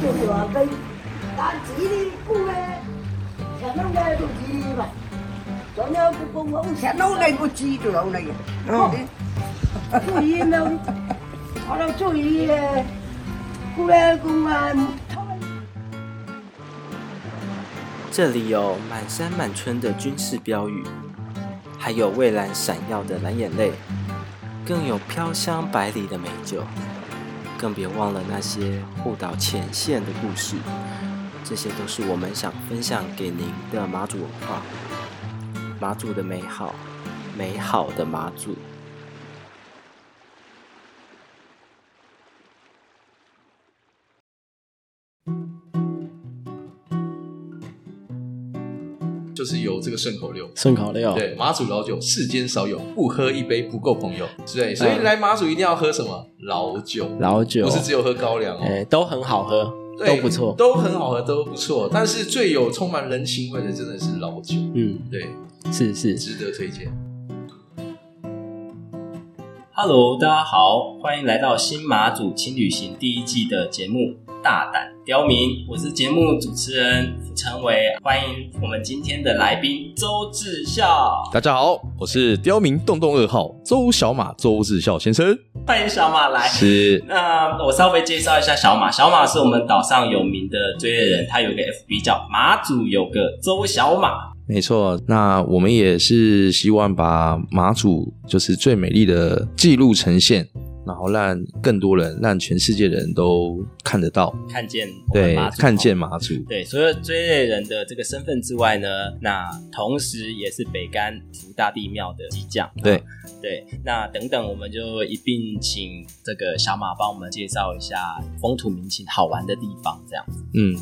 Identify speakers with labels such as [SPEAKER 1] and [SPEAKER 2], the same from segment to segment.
[SPEAKER 1] 就是话跟打吉利不会，前头来就吉利吧，昨天不公公前头来不吉就要那个，哦，注意呢，我要注意，过来公安，他们
[SPEAKER 2] 这里有满山满村的军事标语，还有蔚蓝闪耀的蓝眼泪，更有飘香百里的美酒，更别忘了那些护岛前线的故事。这些都是我们想分享给您的马祖文化，马祖的美好，美好的马祖。
[SPEAKER 3] 就是由这个顺口溜。
[SPEAKER 4] 顺口
[SPEAKER 5] 哦
[SPEAKER 4] 溜，
[SPEAKER 3] 对，马祖老酒世间少有，不喝一杯不够朋友。
[SPEAKER 5] 嗯
[SPEAKER 3] 对，所以来马祖一定要喝什么老酒，
[SPEAKER 4] 老酒，
[SPEAKER 3] 不是只有喝高粱哦，
[SPEAKER 4] 哎，都很好喝，
[SPEAKER 3] 对
[SPEAKER 4] 都不错。
[SPEAKER 3] 都很好喝，都不错。但是最有充满人情味的真的是老酒，
[SPEAKER 4] 嗯，
[SPEAKER 3] 对，
[SPEAKER 4] 是是，
[SPEAKER 3] 值得推荐。
[SPEAKER 6] Hello，大家好，欢迎来到新马祖轻旅行第一季的节目《大胆刁民》，我是节目主持人傅成伟，欢迎我们今天的来宾周志孝。
[SPEAKER 5] 大家好，我是刁民洞洞二号周小马周志孝先生，
[SPEAKER 6] 欢迎小
[SPEAKER 3] 哎
[SPEAKER 6] 马来。
[SPEAKER 5] 是
[SPEAKER 6] 那我稍微介绍一下小马，小马是我们岛上有名的追猎人，他有一个 FB 叫马祖有个周小马，
[SPEAKER 5] 没错。那我们也是希望把马祖就是最美丽的记录呈现，然后让更多人，让全世界的人都看得到，
[SPEAKER 6] 看见我们
[SPEAKER 5] 对
[SPEAKER 6] 马，祖
[SPEAKER 5] 看见马祖。
[SPEAKER 6] 对，除了追猎人的这个身份之外呢，那同时也是北干福大帝庙的机匠。
[SPEAKER 4] 啊
[SPEAKER 5] 对
[SPEAKER 6] 对，那等等，我们就一并请这个小马帮我们介绍一下风土民情好玩的地方，这样子。
[SPEAKER 5] 嗯，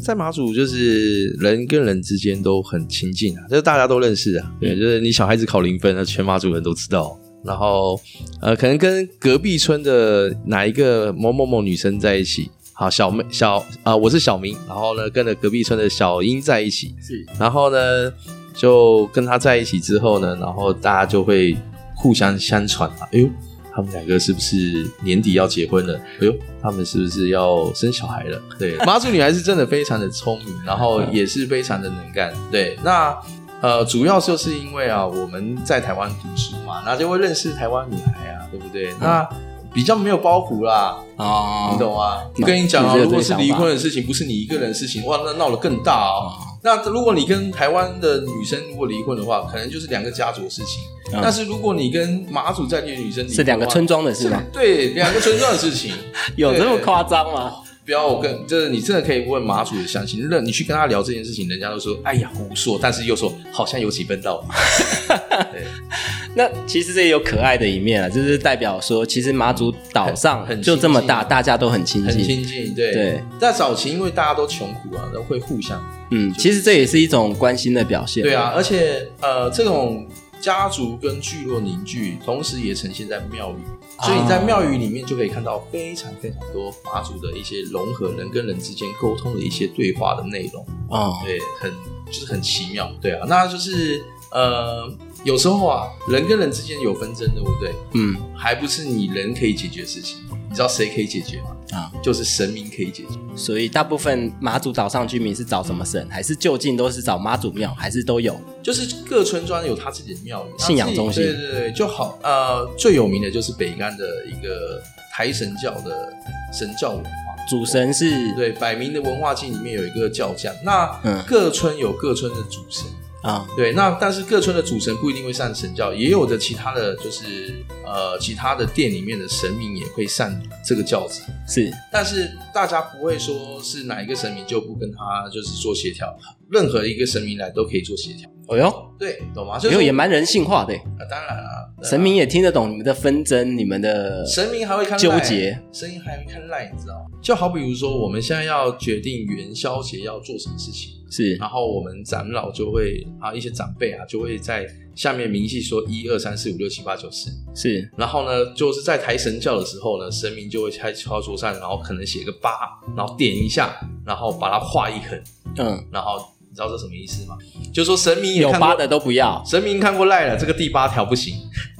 [SPEAKER 5] 在马祖就是人跟人之间都很亲近啊，就是大家都认识啊。对，就是你小孩子考零分，那全马祖人都知道。然后，呃，可能跟隔壁村的哪一个某某某女生在一起，好，小妹小啊、我是小明，然后呢，跟着隔壁村的小英在一起，
[SPEAKER 6] 是
[SPEAKER 5] 然后呢，就跟他在一起之后呢，然后大家就会互相相传啊，哎呦，他们两个是不是年底要结婚了？哎呦，他们是不是要生小孩了？对，马祖女孩是真的非常的聪明，然后也是非常的能干。对，那呃，主要就是因为啊，我们在台湾读书嘛，那就会认识台湾女孩啊，对不对？那比较没有包袱啦，
[SPEAKER 4] 哦
[SPEAKER 5] 你懂啊？我跟你讲啊，
[SPEAKER 4] 你这个
[SPEAKER 5] 如果是
[SPEAKER 4] 想法
[SPEAKER 5] 离婚的事情，不是你一个人的事情，哇，那闹得更大哦。那如果你跟台湾的女生如果离婚的话，可能就是两个家族的事情。
[SPEAKER 4] 嗯
[SPEAKER 5] 但是如果你跟马祖在地的女生离婚的话
[SPEAKER 4] 是两个村庄的
[SPEAKER 5] 是
[SPEAKER 4] 是吗？
[SPEAKER 5] 对，两个村庄的事情。
[SPEAKER 4] 有这么夸张吗？
[SPEAKER 5] 不要我跟，就是你真的可以问马祖的乡亲，那你去跟他聊这件事情，人家都说哎呀胡说，但是又说好像有几分道理。
[SPEAKER 4] 那其实这也有可爱的一面啊，就是代表说，其实马祖岛上
[SPEAKER 5] 很很
[SPEAKER 4] 就这么大，
[SPEAKER 5] 亲近啊
[SPEAKER 4] 大家都很亲
[SPEAKER 5] 很
[SPEAKER 4] 近。
[SPEAKER 5] 亲近，对。
[SPEAKER 4] 对，
[SPEAKER 5] 但早期因为大家都穷苦啊，都会互相
[SPEAKER 4] 嗯，其实这也是一种关心的表现。
[SPEAKER 5] 对，啊，而且呃，这种家族跟聚落凝聚，同时也呈现在庙宇，所以你在庙宇里面就可以看到非常非常多马祖的一些融合人跟人之间沟通的一些对话的内容，
[SPEAKER 4] 哦，
[SPEAKER 5] 对，很就是很奇妙，对啊，那就是呃，有时候啊，人跟人之间有纷争，对不对？
[SPEAKER 4] 嗯，
[SPEAKER 5] 还不是你人可以解决的事情，你知道谁可以解决吗？
[SPEAKER 4] 啊，
[SPEAKER 5] 就是神明可以解决。
[SPEAKER 4] 所以大部分马祖岛上居民是找什么神，还是就近都是找妈祖庙，还是都有？
[SPEAKER 5] 就是各村庄有他自己的庙宇、
[SPEAKER 4] 信仰中心
[SPEAKER 5] 对对对，就好。呃，最有名的就是北干的一个台神教的神教文化。
[SPEAKER 4] 主神是
[SPEAKER 5] 对，百名的文化祭里面有一个教匠，那
[SPEAKER 4] 嗯
[SPEAKER 5] 各村有各村的主神。
[SPEAKER 4] 啊，
[SPEAKER 5] 对，那但是各村的主神不一定会上神教，也有的其他的就是呃其他的殿里面的神明也会上这个教子。
[SPEAKER 4] 是
[SPEAKER 5] 但是大家不会说是哪一个神明就不跟他就是做协调，任何一个神明来都可以做协调。
[SPEAKER 4] 哦哟，
[SPEAKER 5] 对，懂吗？就
[SPEAKER 4] 哎
[SPEAKER 5] 是
[SPEAKER 4] 呦，也蛮人性化的耶，
[SPEAKER 5] 啊，当然啊，对啊
[SPEAKER 4] 神明也听得懂你们的纷争，你们的
[SPEAKER 5] 神明还会看
[SPEAKER 4] 纠
[SPEAKER 5] line，
[SPEAKER 4] 结
[SPEAKER 5] 神明还会看赖，你知道吗？就好比如说，我们现在要决定元宵节要做什么事情，
[SPEAKER 4] 是
[SPEAKER 5] 然后我们长老就会啊，一些长辈啊，就会在下面明细说一二三四五六七八九十，
[SPEAKER 4] 是
[SPEAKER 5] 然后呢，就是在抬神教的时候呢，神明就会在敲桌上，然后可能写个八，然后点一下，然后把它画一横，
[SPEAKER 4] 嗯，
[SPEAKER 5] 然后你知道这什么意思吗？就说神明也
[SPEAKER 4] 有
[SPEAKER 5] 看
[SPEAKER 4] 八
[SPEAKER 5] 过，
[SPEAKER 4] 的都不要
[SPEAKER 5] 神明看过赖了，这个第八条不行。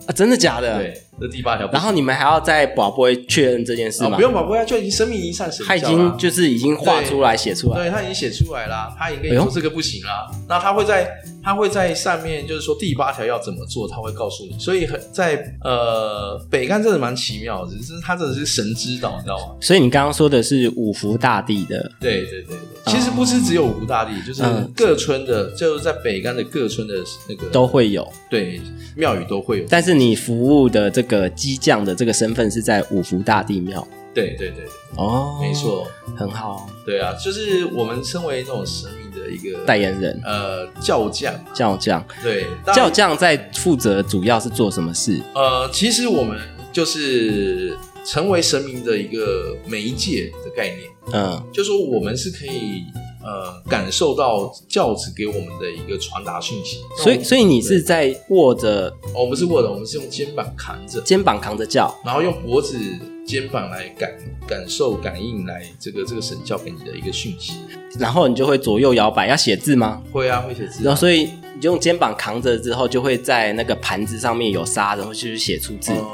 [SPEAKER 4] 啊，真的假的？
[SPEAKER 5] 对，这第八条不行。
[SPEAKER 4] 然后你们还要在宝贝确认这件事
[SPEAKER 5] 啊
[SPEAKER 4] 吗？
[SPEAKER 5] 不用保护啊，就已经生命遗产神教
[SPEAKER 4] 他已经就是已经画出来、写出来。
[SPEAKER 5] 对他已经写出来啦，他已经跟
[SPEAKER 4] 哎
[SPEAKER 5] 你
[SPEAKER 4] 呦
[SPEAKER 5] 说这个不行啦。那他会在他会在上面就是说第八条要怎么做，他会告诉你。所以很在呃北干真的蛮奇妙的，只是他真的是神之岛，你知道吗？
[SPEAKER 4] 所以你刚刚说的是五福大帝的，
[SPEAKER 5] 对对对
[SPEAKER 4] 哦
[SPEAKER 5] 对，其实不是只有五大帝，就是
[SPEAKER 4] 嗯
[SPEAKER 5] 各村的，就是在北干的各村的那个
[SPEAKER 4] 都会有，
[SPEAKER 5] 对庙宇都会有。
[SPEAKER 4] 但是你服务的这个激将的这个身份是在五福大帝庙
[SPEAKER 5] 对对对，
[SPEAKER 4] 哦，
[SPEAKER 5] 没，错，
[SPEAKER 4] 很好，
[SPEAKER 5] 对啊，就是我们身为这种神明的一个
[SPEAKER 4] 代言人
[SPEAKER 5] 呃教将，
[SPEAKER 4] 教将，
[SPEAKER 5] 对当然
[SPEAKER 4] 教将在负责主要是做什么事？
[SPEAKER 5] 呃，其实我们就是成为神明的一个媒介的概念，
[SPEAKER 4] 嗯，
[SPEAKER 5] 就说我们是可以呃感受到教子给我们的一个传达讯息。
[SPEAKER 4] 所以所以你是在握着
[SPEAKER 5] 哦我们是握着，我们是用肩膀扛着，
[SPEAKER 4] 肩膀扛着教，
[SPEAKER 5] 然后用脖子、肩膀来感感受、感应来这个这个神教给你的一个讯息。
[SPEAKER 4] 然后你就会左右摇摆，要写字吗？
[SPEAKER 5] 会啊，会写字啊、
[SPEAKER 4] 然后所以你用肩膀扛着之后，就会在那个盘子上面有沙，然后就是写出字。
[SPEAKER 5] 呃，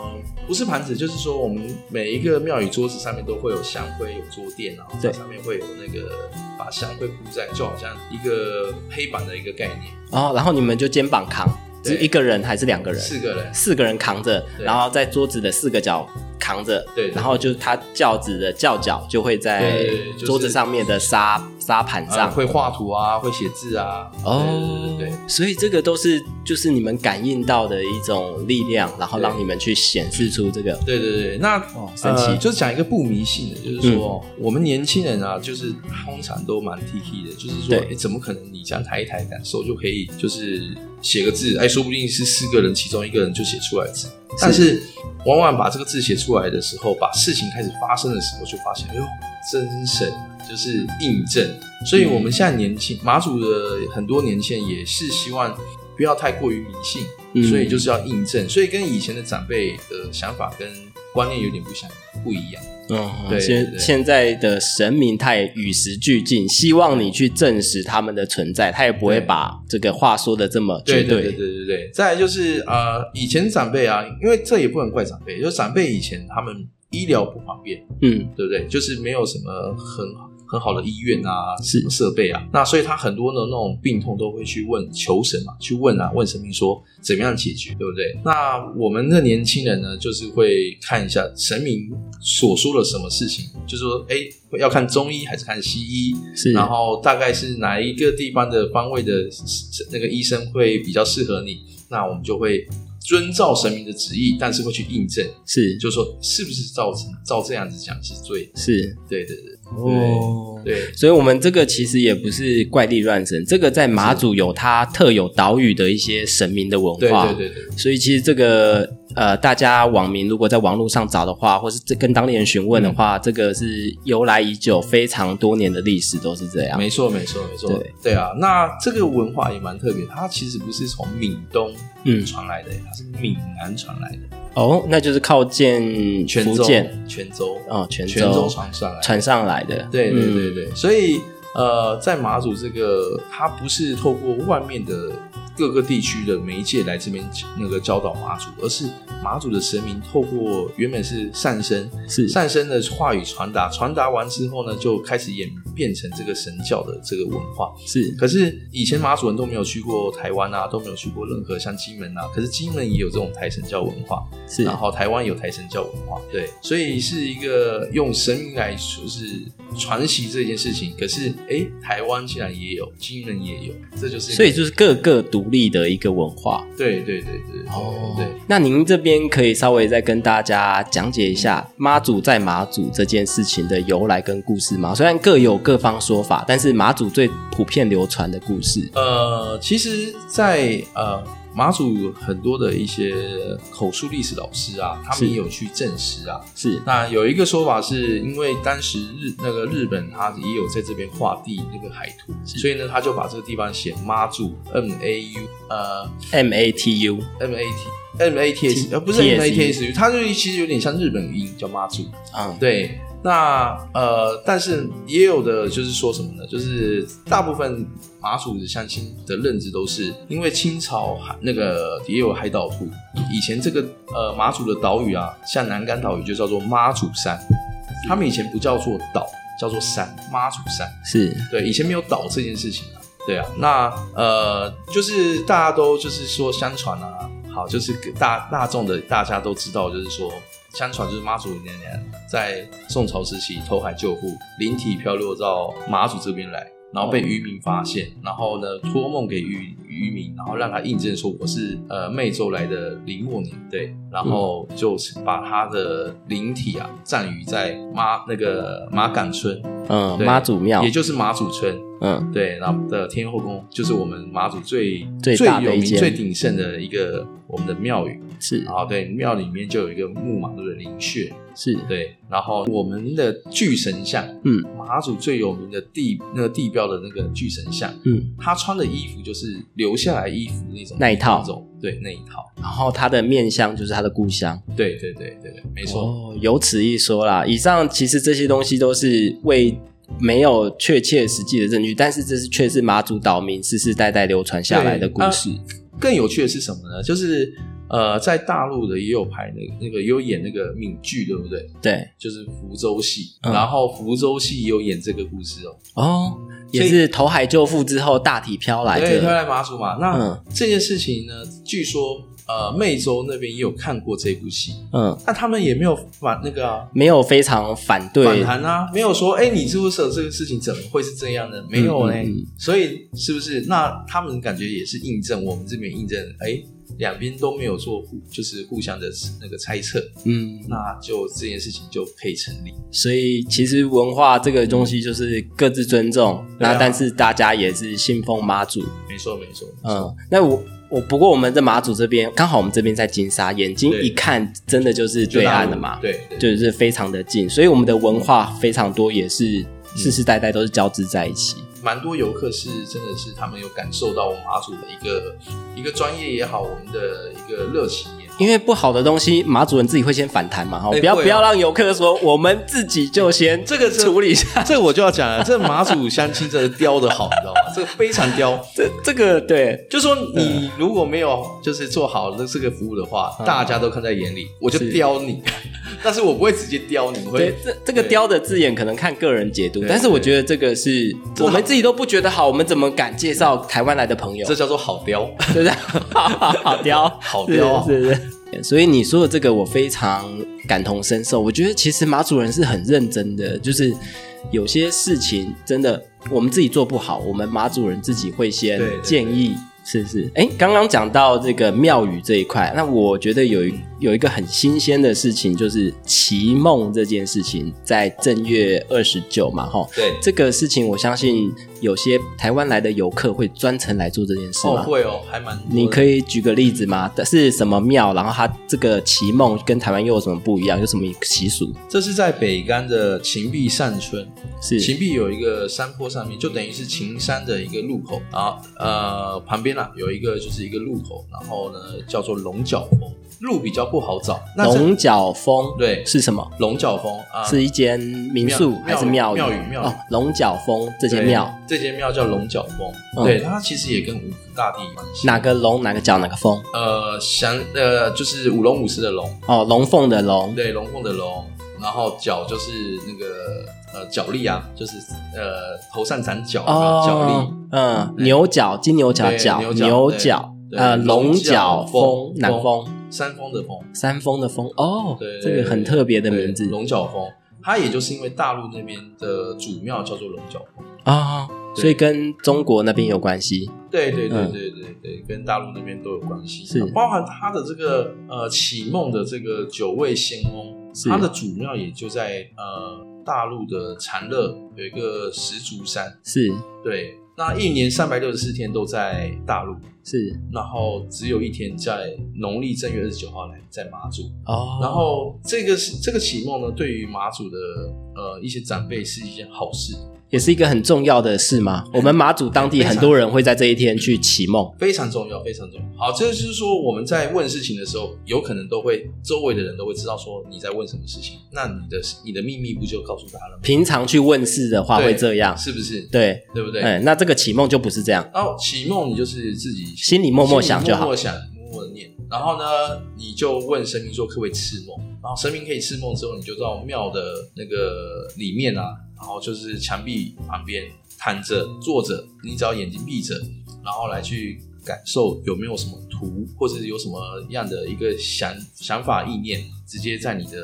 [SPEAKER 5] 不是盘子，就是说我们每一个庙宇桌子上面都会有香灰，有桌垫，然后
[SPEAKER 4] 对
[SPEAKER 5] 它上面会有那个把香灰铺在，就好像一个黑板的一个概念，
[SPEAKER 4] 哦，然后你们就肩膀扛，
[SPEAKER 5] 对
[SPEAKER 4] 是一个人还是两个人？
[SPEAKER 5] 四个人。
[SPEAKER 4] 四个人扛着，
[SPEAKER 5] 对
[SPEAKER 4] 然后在桌子的四个角扛着，
[SPEAKER 5] 对对
[SPEAKER 4] 然后就他轿子的轿角就会在
[SPEAKER 5] 对对对就是
[SPEAKER 4] 桌子上面的沙沙盘
[SPEAKER 5] 啊，
[SPEAKER 4] 上。
[SPEAKER 5] 会画图啊，会写字啊，
[SPEAKER 4] 哦，
[SPEAKER 5] 对对对对
[SPEAKER 4] 所以这个都是就是你们感应到的一种力量，然后
[SPEAKER 5] 对
[SPEAKER 4] 让你们去显示出这个。
[SPEAKER 5] 对对对对。那嗯
[SPEAKER 4] 哦神奇
[SPEAKER 5] 呃，就是讲一个不迷信的，就是说哦我们年轻人啊，就是通常都蛮 T T 的，就是说，
[SPEAKER 4] 对
[SPEAKER 5] 哎，怎么可能你这样抬一抬感受就可以，就是写个字，哎，说不定是四个人其中一个人就写出来字，但是往往把这个字写出来的时候，把事情开始发生的时候，就发现，哎呦，真神就是印证。所以我们现在年轻马祖的很多年轻人也是希望不要太过于迷信，
[SPEAKER 4] 嗯
[SPEAKER 5] 所以就是要印证，所以跟以前的长辈的想法跟观念有点不相不一样。
[SPEAKER 4] 嗯，
[SPEAKER 5] 对
[SPEAKER 4] 现
[SPEAKER 5] 对对
[SPEAKER 4] 现在的神明他也与时俱进，希望你去证实他们的存在，他也不会
[SPEAKER 5] 对
[SPEAKER 4] 把这个话说的这么绝
[SPEAKER 5] 对对对对对。再来就是呃，以前长辈啊，因为这也不能怪长辈，就是长辈以前他们医疗不方便，
[SPEAKER 4] 嗯，
[SPEAKER 5] 对不对？就是没有什么很好很好的医院啊，什么设备啊，那所以他很多的那种病痛都会去问求神嘛，去问啊，问神明说怎么样解决，对不对？那我们的年轻人呢，就是会看一下神明所说的什么事情，就是说，哎，要看中医还是看西医，
[SPEAKER 4] 是，
[SPEAKER 5] 然后大概是哪一个地方的方位的那个医生会比较适合你，那我们就会遵照神明的旨意，但是会去印证。
[SPEAKER 4] 是
[SPEAKER 5] 就说是不是照照这样子讲是最
[SPEAKER 4] 是
[SPEAKER 5] 对对对
[SPEAKER 4] 哦
[SPEAKER 5] 对
[SPEAKER 4] 所以，我们这个其实也不是怪力乱神，这个在马祖有它特有岛屿的一些神明的文
[SPEAKER 5] 对
[SPEAKER 4] 化。
[SPEAKER 5] 对对对
[SPEAKER 4] 所以，其实这个呃，大家网民如果在网络上找的话，或是这跟当地人询问的话，这个是由来已久、非常多年的历史都是这
[SPEAKER 5] 对，
[SPEAKER 4] 样。
[SPEAKER 5] 没错没错没错
[SPEAKER 4] 对，
[SPEAKER 5] 对啊，那这个文化也蛮特别，它其实不是从闽东
[SPEAKER 4] 嗯
[SPEAKER 5] 传来的，它是闽南传来的，
[SPEAKER 4] 哦，那就是靠近
[SPEAKER 5] 泉
[SPEAKER 4] 福
[SPEAKER 5] 州
[SPEAKER 4] 建
[SPEAKER 5] 泉州
[SPEAKER 4] 哦泉州
[SPEAKER 5] 泉州传上来的，
[SPEAKER 4] 传上来的。
[SPEAKER 5] 对对
[SPEAKER 4] 嗯
[SPEAKER 5] 对对，所以呃，在马祖这个，它不是透过外面的各个地区的媒介来这边那个教导马祖，而是马祖的神明透过原本是善生，
[SPEAKER 4] 嗯是
[SPEAKER 5] 善生的话语传达，传达完之后呢，就开始演变成这个神教的这个文化。
[SPEAKER 4] 是
[SPEAKER 5] 可是以前马祖人都没有去过台湾啊，都没有去过任何像金门啊，可是金门也有这种台神教文化。
[SPEAKER 4] 是
[SPEAKER 5] 然后台湾有台神教文化，对，所以是一个用神明来说是传习这件事情。可是，哎，台湾竟然也有，金门也有，这就是一个
[SPEAKER 4] 所以就是各个独立的一个文化。
[SPEAKER 5] 对对对对对
[SPEAKER 4] 哦，
[SPEAKER 5] 对。
[SPEAKER 4] 那您这边可以稍微再跟大家讲解一下妈祖在马祖这件事情的由来跟故事吗？虽然各有各方说法，但是马祖最普遍流传的故事，
[SPEAKER 5] 呃，其实在，呃马祖很多的一些口述历史老师啊，他
[SPEAKER 4] 是
[SPEAKER 5] 们也有去证实啊。
[SPEAKER 4] 是
[SPEAKER 5] 那有一个说法是，因为当时日那个日本他也有在这边画地那个海图，所以呢，他就把这个地方写妈祖 M A U 呃
[SPEAKER 4] M A T U
[SPEAKER 5] M A T M A T S 呃不是
[SPEAKER 4] TSU
[SPEAKER 5] M A T S U，它就其实有点像日本语音叫妈祖。
[SPEAKER 4] 啊、
[SPEAKER 5] 对，那呃，但是也有的就是说什么呢？就是大部分马祖的相亲的认知都是因为清朝海那个也有海岛图，以前这个呃马祖的岛屿啊，像南竿岛屿就叫做妈祖山，他们以前不叫做岛，叫做山，妈祖山。
[SPEAKER 4] 是
[SPEAKER 5] 对，以前没有岛这件事情啊。对啊，那呃，就是大家都就是说相传啊，好，就是给大大众的大家都知道，就是说相传就是妈祖娘娘在宋朝时期投海救父，灵体飘落到马祖这边来，然后被渔民发现，然后呢托梦给渔渔民，然后让他印证说我是呃湄洲来的林默娘，对，然后就是把他的灵体啊暂于在妈那个马岗村，
[SPEAKER 4] 嗯，
[SPEAKER 5] 对
[SPEAKER 4] 妈祖庙
[SPEAKER 5] 也，就是马祖村，
[SPEAKER 4] 嗯，
[SPEAKER 5] 对，然后的天后宫就是我们马祖最
[SPEAKER 4] 最
[SPEAKER 5] 最
[SPEAKER 4] 大的
[SPEAKER 5] 有
[SPEAKER 4] 一
[SPEAKER 5] 名、
[SPEAKER 4] 间
[SPEAKER 5] 最鼎盛的一个我们的庙宇。
[SPEAKER 4] 是
[SPEAKER 5] 然后对庙里面就有一个木马路的灵穴，
[SPEAKER 4] 是，
[SPEAKER 5] 对，然后我们的巨神像，
[SPEAKER 4] 嗯，
[SPEAKER 5] 马祖最有名的地那个地标的那个巨神像，
[SPEAKER 4] 嗯，
[SPEAKER 5] 他穿的衣服就是留下来衣服那种
[SPEAKER 4] 那一套
[SPEAKER 5] 那种对那一套，
[SPEAKER 4] 然后他的面相就是他的故乡，
[SPEAKER 5] 对对对对对，没错，
[SPEAKER 4] 哦，有此一说啦。以上其实这些东西都是为没有确切实际的证据，但是这是却是马祖岛民世世代代流传下来的
[SPEAKER 5] 啊
[SPEAKER 4] 故事。
[SPEAKER 5] 更有趣的是什么呢？就是呃，在大陆的也有拍那个那个也有演那个闽剧，对不对？
[SPEAKER 4] 对，
[SPEAKER 5] 就是福州戏，
[SPEAKER 4] 嗯
[SPEAKER 5] 然后福州戏也有演这个故事哦，
[SPEAKER 4] 哦，
[SPEAKER 5] 所以
[SPEAKER 4] 也是投海救父之后大体飘来
[SPEAKER 5] 对，他
[SPEAKER 4] 的。
[SPEAKER 5] 来马祖嘛。那、
[SPEAKER 4] 嗯
[SPEAKER 5] 这件事情呢，据说呃，湄洲那边也有看过这部戏，
[SPEAKER 4] 嗯，
[SPEAKER 5] 那他们也没有反那个啊、
[SPEAKER 4] 没有非常反
[SPEAKER 5] 反
[SPEAKER 4] 对，
[SPEAKER 5] 弹啊，没有说哎、你知不知道这个事情怎么会是这样呢？没有呢，
[SPEAKER 4] 嗯嗯
[SPEAKER 5] 所以是不是？那他们感觉也是印证我们这边印证，哎、两边都没有做互，就是互相的那个猜测，
[SPEAKER 4] 嗯，
[SPEAKER 5] 那就这件事情就可以成立。
[SPEAKER 4] 所以其实文化这个东西就是各自尊重，
[SPEAKER 5] 对啊
[SPEAKER 4] 那但是大家也是信奉妈祖，
[SPEAKER 5] 没错，没错，没错
[SPEAKER 4] 嗯，那我我不过我们在马祖这边，刚好我们这边在金沙，眼睛
[SPEAKER 5] 对
[SPEAKER 4] 一看，真的就是对岸了嘛，
[SPEAKER 5] 对对
[SPEAKER 4] 就是非常的近，所以我们的文化非常多，也是世世代代都是交织在一起。
[SPEAKER 5] 蛮多游客是真的是他们有感受到我们马祖的一个一个专业也好，我们的一个热情也好。
[SPEAKER 4] 因为不好的东西，马主人自己会先反弹嘛，哈、
[SPEAKER 5] 哎
[SPEAKER 4] 不要、
[SPEAKER 5] 会啊
[SPEAKER 4] 不要让游客说我们自己就先
[SPEAKER 5] 这个是
[SPEAKER 4] 处理一 下，
[SPEAKER 5] 这我就要讲了，这马祖相亲真的雕的好，你知道 吗？这个非常雕。
[SPEAKER 4] 这这个对，
[SPEAKER 5] 就说你如果没有就是做好这个服务的话，大家都看在眼里，我就是雕你， 但嗯是我不会直接雕你，我
[SPEAKER 4] 对
[SPEAKER 5] 会，
[SPEAKER 4] 这这个雕的字眼可能看个人解读，
[SPEAKER 5] 对
[SPEAKER 4] 但是我觉得这个是我们自己都不觉得好，我们怎么敢介绍台湾来的朋友？
[SPEAKER 5] 这叫做好雕。
[SPEAKER 4] 对不 对？好雕，
[SPEAKER 5] 好雕啊
[SPEAKER 4] 是是是。所以你说的这个，我非常感同身受。我觉得其实马主人是很认真的，就是有些事情真的我们自己做不好，我们马主人自己会先
[SPEAKER 5] 对对对
[SPEAKER 4] 建议。是是，哎，刚刚讲到这个庙宇这一块，那我觉得有一有一个很新鲜的事情，就是奇梦这件事情，在正月二十九嘛，哈，
[SPEAKER 5] 对，
[SPEAKER 4] 这个事情我相信有些台湾来的游客会专程来做这件事
[SPEAKER 5] 哦
[SPEAKER 4] 嘛，
[SPEAKER 5] 会哦，还蛮多的。
[SPEAKER 4] 你可以举个例子吗？是什么庙？然后它这个祈梦跟台湾又有什么不一样？有什么习俗？
[SPEAKER 5] 这是在北干的秦壁善村，
[SPEAKER 4] 是
[SPEAKER 5] 秦壁有一个山坡上面，就等于是秦山的一个路口，然后呃旁边啊有一个就是一个路口，然后呢叫做龙角峰，路比较不好找。那这
[SPEAKER 4] 龙角峰
[SPEAKER 5] 对
[SPEAKER 4] 是什么？
[SPEAKER 5] 龙角峰啊，
[SPEAKER 4] 是一间民宿
[SPEAKER 5] 庙
[SPEAKER 4] 还是
[SPEAKER 5] 庙宇
[SPEAKER 4] 庙
[SPEAKER 5] 庙宇庙宇
[SPEAKER 4] 哦，龙角峰这间
[SPEAKER 5] 对
[SPEAKER 4] 庙，，
[SPEAKER 5] 这间庙叫龙角峰，
[SPEAKER 4] 嗯
[SPEAKER 5] 对，它其实也跟五福大帝有关系。
[SPEAKER 4] 哪个龙哪个角哪个峰？
[SPEAKER 5] 呃祥呃就是舞龙舞狮的龙，
[SPEAKER 4] 哦，龙凤的龙，
[SPEAKER 5] 对，龙凤的龙，然后角就是那个呃角力啊，就是呃头上长角有没有角力。
[SPEAKER 4] 哦，嗯，牛角金牛角
[SPEAKER 5] 对
[SPEAKER 4] 角
[SPEAKER 5] 牛角
[SPEAKER 4] 牛
[SPEAKER 5] 对
[SPEAKER 4] 角，
[SPEAKER 5] 对
[SPEAKER 4] 呃，龙
[SPEAKER 5] 龙
[SPEAKER 4] 角
[SPEAKER 5] 角
[SPEAKER 4] 峰
[SPEAKER 5] 峰
[SPEAKER 4] 南
[SPEAKER 5] 峰
[SPEAKER 4] 峰
[SPEAKER 5] 山峰的峰，
[SPEAKER 4] 山峰的峰哦
[SPEAKER 5] 对，，
[SPEAKER 4] 这个很特别的名字
[SPEAKER 5] 对龙角峰。它也就是因为大陆那边的主庙叫做龙角峰，
[SPEAKER 4] 啊，
[SPEAKER 5] 对
[SPEAKER 4] 所以跟中国那边有关系。
[SPEAKER 5] 对对对
[SPEAKER 4] 嗯
[SPEAKER 5] 对对对，跟大陆那边都有关系，
[SPEAKER 4] 是
[SPEAKER 5] 包含它的这个呃启梦的这个九味仙翁，
[SPEAKER 4] 是
[SPEAKER 5] 它的主庙也就在呃大陆的禅乐有一个石竹山，
[SPEAKER 4] 是
[SPEAKER 5] 对，那一年三百六十四天都在大陆，
[SPEAKER 4] 是
[SPEAKER 5] 然后只有一天在农历正月二十九号来在马祖，
[SPEAKER 4] 哦，
[SPEAKER 5] 然后这个是这个启蒙呢，对于马祖的呃一些长辈是一件好事，
[SPEAKER 4] 也是一个很重要的事 嘛。我们马祖当地很多人会在这一天去祈梦，
[SPEAKER 5] 非常重要，非常重要。好，这就是说我们在问事情的时候，有可能都会周围的人都会知道说你在问什么事情，那你的你的秘密不就告诉他了吗？
[SPEAKER 4] 平常去问事的话
[SPEAKER 5] 对
[SPEAKER 4] 会这样，
[SPEAKER 5] 是不是？
[SPEAKER 4] 对，
[SPEAKER 5] 对不对？
[SPEAKER 4] 嗯，那这个祈梦就不是这样，
[SPEAKER 5] 然后哦启梦，你就是自己
[SPEAKER 4] 心里默默想就好
[SPEAKER 5] 默默想，默默的念。然后呢，你就问神明说可不可以吃梦，然后神明可以吃梦之后，你就到庙的那个里面啊，然后就是墙壁旁边躺着坐着，你只要眼睛闭着，然后来去感受有没有什么图，或者是有什么样的一个想想法意念，直接在你的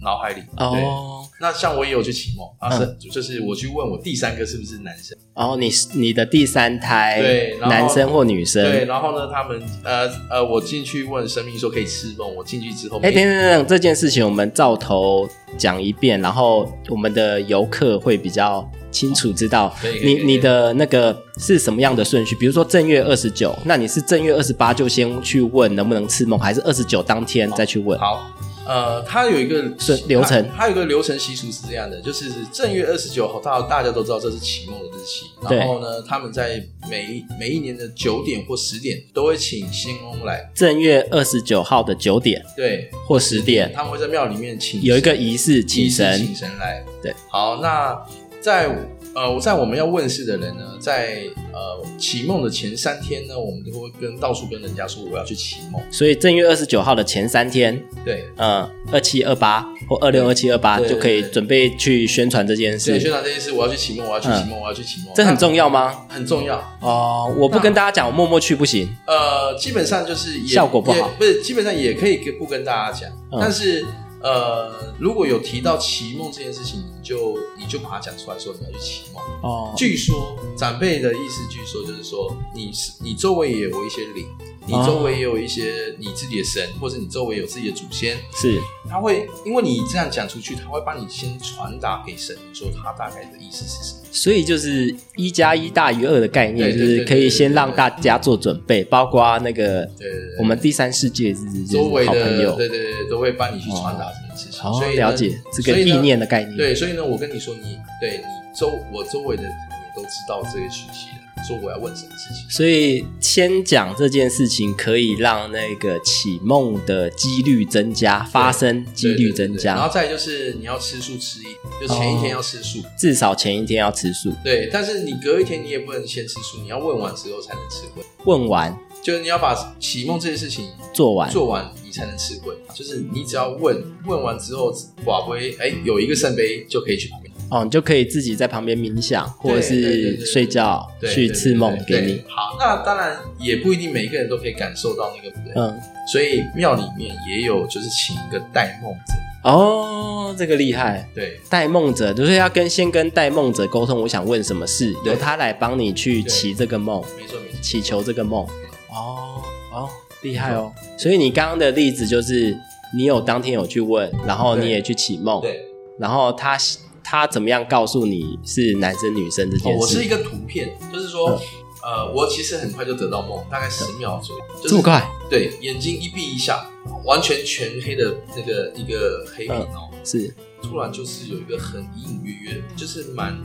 [SPEAKER 5] 脑海里。对，
[SPEAKER 4] 哦。
[SPEAKER 5] 那像我也有去启梦啊，
[SPEAKER 4] 嗯
[SPEAKER 5] 是、就是我去问我第三个是不是男生。
[SPEAKER 4] 然后你是你的第三胎，
[SPEAKER 5] 对然后
[SPEAKER 4] 男生或女生，
[SPEAKER 5] 对，然后呢，他们呃呃，我进去问神明说可以吃吗？我进去之后，
[SPEAKER 4] 哎，等等等等，这件事情我们照头讲一遍，然后我们的游客会比较清楚知道
[SPEAKER 5] 可以可以
[SPEAKER 4] 你
[SPEAKER 5] 可以
[SPEAKER 4] 你的那个是什么样的顺序。比如说正月二十九，那你是正月二十八就先去问能不能刺梦，还是二十九当天再去问？
[SPEAKER 5] 好，呃，他有一个
[SPEAKER 4] 是
[SPEAKER 5] 它
[SPEAKER 4] 流程
[SPEAKER 5] 他有一个流程习俗是这样的，就是正月二十九号，大大家都知道这是启梦的日期。
[SPEAKER 4] 对
[SPEAKER 5] 然后呢，他们在每一每一年的九点或十点都会请仙翁来，
[SPEAKER 4] 正月二十九号的九点
[SPEAKER 5] 对，
[SPEAKER 4] 或十点，
[SPEAKER 5] 他们会在庙里面请
[SPEAKER 4] 有一个仪式起
[SPEAKER 5] 请
[SPEAKER 4] 神，
[SPEAKER 5] 神来。
[SPEAKER 4] 对，
[SPEAKER 5] 好，那在呃，我在我们要问世的人呢，在呃启梦的前三天呢，我们都会跟到处跟人家说我要去启梦。
[SPEAKER 4] 所以正月二十九号的前三天，
[SPEAKER 5] 对，
[SPEAKER 4] 嗯，二七二八或二六二七二八
[SPEAKER 5] 对
[SPEAKER 4] 就可以
[SPEAKER 5] 对对
[SPEAKER 4] 准备去宣传这件
[SPEAKER 5] 所以宣
[SPEAKER 4] 事，
[SPEAKER 5] 传这件事，我要去启梦，我要去启梦，我要去启梦，
[SPEAKER 4] 嗯这很重要吗？
[SPEAKER 5] 很重要。
[SPEAKER 4] 哦，我不跟大家讲，我默默去不行。
[SPEAKER 5] 呃，基本上就是也
[SPEAKER 4] 效果不好
[SPEAKER 5] 也不是基本上也可以跟不跟大家讲，
[SPEAKER 4] 嗯
[SPEAKER 5] 但是呃，如果有提到启梦这件事情，你就你就把它讲出来说你要去启梦。
[SPEAKER 4] 哦
[SPEAKER 5] 据说长辈的意思，据说就是说，你是你周围也有一些灵，你
[SPEAKER 4] 哦
[SPEAKER 5] 周围也有一些你自己的神，或者你周围有自己的祖先，
[SPEAKER 4] 是
[SPEAKER 5] 他会因为你这样讲出去，他会帮你先传达给神，说他大概的意思是什么。
[SPEAKER 4] 所以就是一加一大于二的概念，
[SPEAKER 5] 对
[SPEAKER 4] 就
[SPEAKER 5] 对
[SPEAKER 4] 是可以先让大家做准备，包括那个
[SPEAKER 5] 对对对
[SPEAKER 4] 我们第三世界日日
[SPEAKER 5] 周围
[SPEAKER 4] 好朋
[SPEAKER 5] 的
[SPEAKER 4] 友，
[SPEAKER 5] 对对对，都会帮你去传达这件事情，
[SPEAKER 4] 哦
[SPEAKER 5] 所以，呢
[SPEAKER 4] 了解这
[SPEAKER 5] 所
[SPEAKER 4] 个
[SPEAKER 5] 以呢
[SPEAKER 4] 意念的概念。
[SPEAKER 5] 对，所以呢，我跟你说，你对你周我周围的人也都知道这些讯息了，说我要问什么事情。
[SPEAKER 4] 所以先讲这件事情，可以让那个启梦的几率增加，发生几率增
[SPEAKER 5] 对对对对然后
[SPEAKER 4] 加。哦
[SPEAKER 5] 再就是你要吃素吃一，就前一天要吃素。
[SPEAKER 4] 至少前一天要吃素，
[SPEAKER 5] 对，但是你隔一天你也不能先吃素，你要问完之后才能吃荤，
[SPEAKER 4] 问完
[SPEAKER 5] 就是你要把启梦这件事情
[SPEAKER 4] 做完，
[SPEAKER 5] 做完，你才能吃荤。就是你只要问问完之后，寡杯哎有一个圣杯就可以去旁边，
[SPEAKER 4] 哦，你就可以自己在旁边冥想，或者
[SPEAKER 5] 对对对
[SPEAKER 4] 是
[SPEAKER 5] 对
[SPEAKER 4] 睡觉
[SPEAKER 5] 对，
[SPEAKER 4] 去
[SPEAKER 5] 对
[SPEAKER 4] 刺梦给。
[SPEAKER 5] 对
[SPEAKER 4] 你
[SPEAKER 5] 对。好，那当然也不一定每一个人都可以感受到那个，对
[SPEAKER 4] 嗯，
[SPEAKER 5] 所以庙里面也有就是请一个带梦者，
[SPEAKER 4] 哦，这个厉害。
[SPEAKER 5] 对
[SPEAKER 4] 带梦者就是要跟先跟带梦者沟通，我想问什么事，
[SPEAKER 5] 对
[SPEAKER 4] 由他来帮你去祈这个梦，
[SPEAKER 5] 没错没错，
[SPEAKER 4] 祈求这个梦。哦哦，厉害哦！所以你刚刚的例子就是，你有当天有去问，然后
[SPEAKER 5] 对
[SPEAKER 4] 你也去祈梦，
[SPEAKER 5] 对，
[SPEAKER 4] 然后他他怎么样告诉你是男生女生这
[SPEAKER 5] 哦
[SPEAKER 4] 件事？
[SPEAKER 5] 我是一个图片，就
[SPEAKER 4] 嗯
[SPEAKER 5] 是说。呃，我其实很快就得到梦，大概十秒左右。就是
[SPEAKER 4] 这么快？
[SPEAKER 5] 对，眼睛一闭一下，完全全黑的那个一个黑影
[SPEAKER 4] 嗯
[SPEAKER 5] 哦，
[SPEAKER 4] 是
[SPEAKER 5] 突然就是有一个很隐隐约约，就是蛮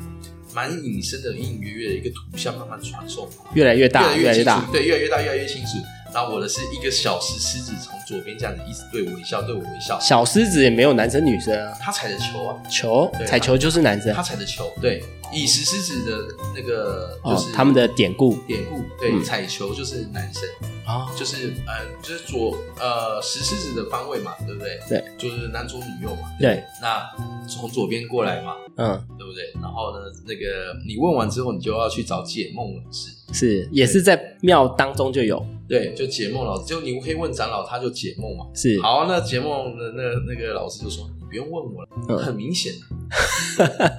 [SPEAKER 5] 蛮隐身的隐隐约约的一个图像慢慢传送，
[SPEAKER 4] 越来越大，
[SPEAKER 5] 越
[SPEAKER 4] 越
[SPEAKER 5] 来
[SPEAKER 4] 来越
[SPEAKER 5] 清
[SPEAKER 4] 大
[SPEAKER 5] 楚，，对，越来越大，越来越清楚。然后我的是一个小时狮子从左边这样子一直对我微笑，对我微笑。
[SPEAKER 4] 小狮子也没有男生女生啊，
[SPEAKER 5] 他踩着球啊，
[SPEAKER 4] 球
[SPEAKER 5] 对
[SPEAKER 4] 彩球就是男生
[SPEAKER 5] 他，踩着球，对，以石狮子的那个就
[SPEAKER 4] 哦
[SPEAKER 5] 是、，
[SPEAKER 4] 他们的典故
[SPEAKER 5] 典故，对，
[SPEAKER 4] 嗯
[SPEAKER 5] 踩球就是男生，
[SPEAKER 4] 啊，
[SPEAKER 5] 就是呃，就是左呃石狮子的方位嘛，对不对？
[SPEAKER 4] 对，
[SPEAKER 5] 就是男左女右嘛。
[SPEAKER 4] 对，
[SPEAKER 5] 那从左边过来嘛，
[SPEAKER 4] 嗯，
[SPEAKER 5] 对不对？然后呢，那个你问完之后，你就要去找解梦老师，
[SPEAKER 4] 是也是在庙当中就有，
[SPEAKER 5] 对，就解梦老师，就你可以问长老，他就解梦嘛。
[SPEAKER 4] 是
[SPEAKER 5] 好，那解梦的那那个老师就说，你不用问我了，
[SPEAKER 4] 嗯
[SPEAKER 5] 很明显，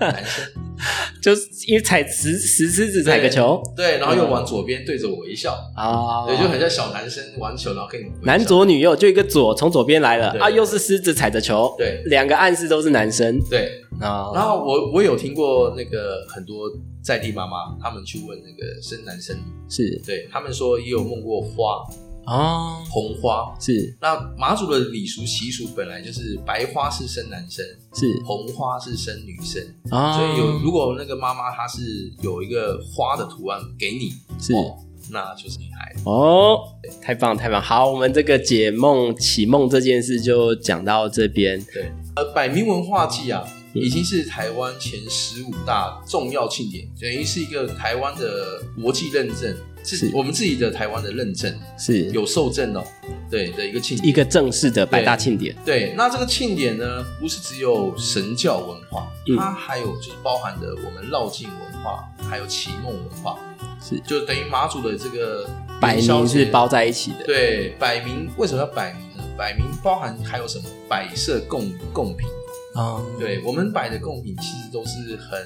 [SPEAKER 5] 男生
[SPEAKER 4] 就是因为踩石石狮子踩个球
[SPEAKER 5] 对，然后又往左边对着我微笑，
[SPEAKER 4] 啊，
[SPEAKER 5] 对，就很像小男生玩球，然后跟你微笑
[SPEAKER 4] 男左女右，就一个左从左边来了
[SPEAKER 5] 对
[SPEAKER 4] 啊，又是狮子踩着球，
[SPEAKER 5] 对
[SPEAKER 4] 两个暗示都是男生
[SPEAKER 5] 对。
[SPEAKER 4] 啊
[SPEAKER 5] 然后我我有听过那个很多在地妈妈，他们去问那个生男生女，
[SPEAKER 4] 是
[SPEAKER 5] 对他们说也有梦过花，
[SPEAKER 4] 啊
[SPEAKER 5] 红花。
[SPEAKER 4] 是
[SPEAKER 5] 那马祖的礼俗习俗本来就是白花是生男生，
[SPEAKER 4] 是
[SPEAKER 5] 红花是生女生，
[SPEAKER 4] 啊，
[SPEAKER 5] 所以有如果那个妈妈她是有一个花的图案给你，
[SPEAKER 4] 是
[SPEAKER 5] 哦那就是女孩。
[SPEAKER 4] 哦，太棒太棒！好，我们这个解梦起梦这件事就讲到这边。
[SPEAKER 5] 呃，百名文化祭啊，已经是台湾前十五大重要庆典，等于是一个台湾的国际认证，是
[SPEAKER 4] 是
[SPEAKER 5] 我们自己的台湾的认证，
[SPEAKER 4] 是
[SPEAKER 5] 有受证哦，对的一个庆典。
[SPEAKER 4] 一个正式的百大庆典，
[SPEAKER 5] 对，那这个庆典呢，不是只有神教文化，
[SPEAKER 4] 嗯
[SPEAKER 5] 它还有就是包含的我们绕境文化，还有启蒙文化，
[SPEAKER 4] 是
[SPEAKER 5] 就等于马祖的这个
[SPEAKER 4] 百
[SPEAKER 5] 元宵
[SPEAKER 4] 名是
[SPEAKER 5] 节
[SPEAKER 4] 包在一起的。
[SPEAKER 5] 对百名为什么要百名呢？百名包含还有什么摆设贡贡品？
[SPEAKER 4] 啊，
[SPEAKER 5] 对我们摆的贡品其实都是很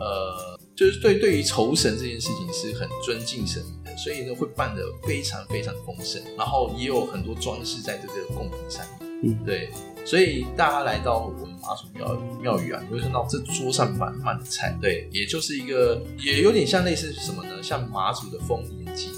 [SPEAKER 5] 呃，就是对对于酬神这件事情是很尊敬神明的，所以呢会办的非常非常丰盛，然后也有很多装饰在这个贡品上面。
[SPEAKER 4] 嗯
[SPEAKER 5] 对，所以大家来到我们马祖庙庙宇啊，你会看到这桌上满满的菜，对，也就是一个也有点像类似什么呢？像马祖的丰年祭，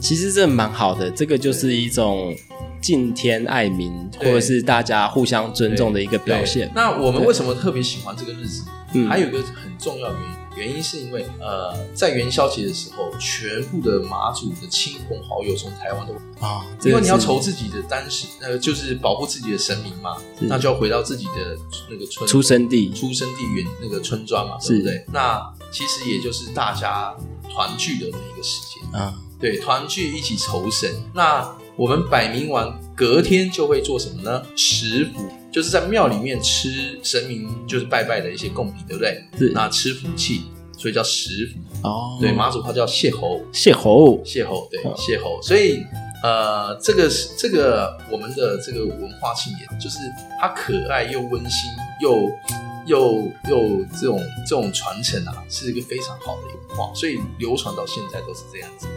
[SPEAKER 4] 其实这蛮好的，这个就是一种敬天爱民，或
[SPEAKER 5] 对
[SPEAKER 4] 者是大家互相尊重的一个表现
[SPEAKER 5] 对。那我们为什么特别喜欢这个日子？
[SPEAKER 4] 嗯
[SPEAKER 5] 还有一个很重要的原因，原因是因为呃，在元宵节的时候，全部的马祖的亲朋好友从台湾都，
[SPEAKER 4] 啊，这
[SPEAKER 5] 因为
[SPEAKER 4] 个是
[SPEAKER 5] 你要筹自己的单身，呃，就是保护自己的神明嘛，
[SPEAKER 4] 是
[SPEAKER 5] 那就要回到自己的那个村
[SPEAKER 4] 出生地
[SPEAKER 5] 出生地原那个村庄嘛，
[SPEAKER 4] 是
[SPEAKER 5] 对不对？那其实也就是大家团聚的那一个时间。
[SPEAKER 4] 啊，
[SPEAKER 5] 对，团聚一起酬神。那我们摆明完，隔天就会做什么呢？食福，就是在庙里面吃神明，就是拜拜的一些贡品，对不对？
[SPEAKER 4] 是
[SPEAKER 5] 那吃福气，所以叫食福。
[SPEAKER 4] 哦，
[SPEAKER 5] 对，？马祖话叫谢侯，
[SPEAKER 4] 谢侯
[SPEAKER 5] 谢侯，对，谢侯。所以，呃，这个是这个我们的这个文化庆典，就是它可爱又温馨又。又又这种这种传承啊，是一个非常好的一个文化，所以流传到现在都是这样子。
[SPEAKER 4] 啊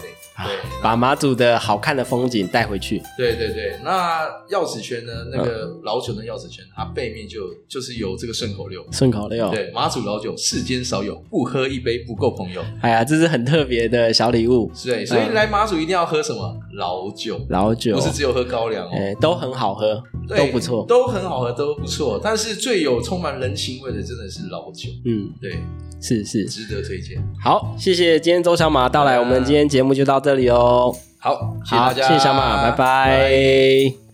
[SPEAKER 5] 对，
[SPEAKER 4] 把马祖的好看的风景带回去。
[SPEAKER 5] 对对对，那钥匙圈呢？那
[SPEAKER 4] 啊
[SPEAKER 5] 个老酒的钥匙圈，它背面就就是有这个顺口溜。
[SPEAKER 4] 顺口溜，
[SPEAKER 5] 对，马祖老酒世间少有，不喝一杯不够朋友。
[SPEAKER 4] 哎呀，这是很特别的小礼物，
[SPEAKER 5] 对，所以来马祖一定要喝什么老酒，
[SPEAKER 4] 啊老酒
[SPEAKER 5] 不是只有喝高粱哦，
[SPEAKER 4] 哎，都很好喝，
[SPEAKER 5] 对
[SPEAKER 4] 都不错。
[SPEAKER 5] 都很好喝，都不错。但是最有充满人情味的真的是老酒，
[SPEAKER 4] 嗯，
[SPEAKER 5] 对，
[SPEAKER 4] 是是，
[SPEAKER 5] 值得推荐。
[SPEAKER 4] 好，谢谢今天周小马到来，我们今天节目就到这里哦。
[SPEAKER 5] 好，谢谢
[SPEAKER 4] 好，
[SPEAKER 5] 大
[SPEAKER 4] 谢
[SPEAKER 5] 家，
[SPEAKER 4] 谢小马，拜拜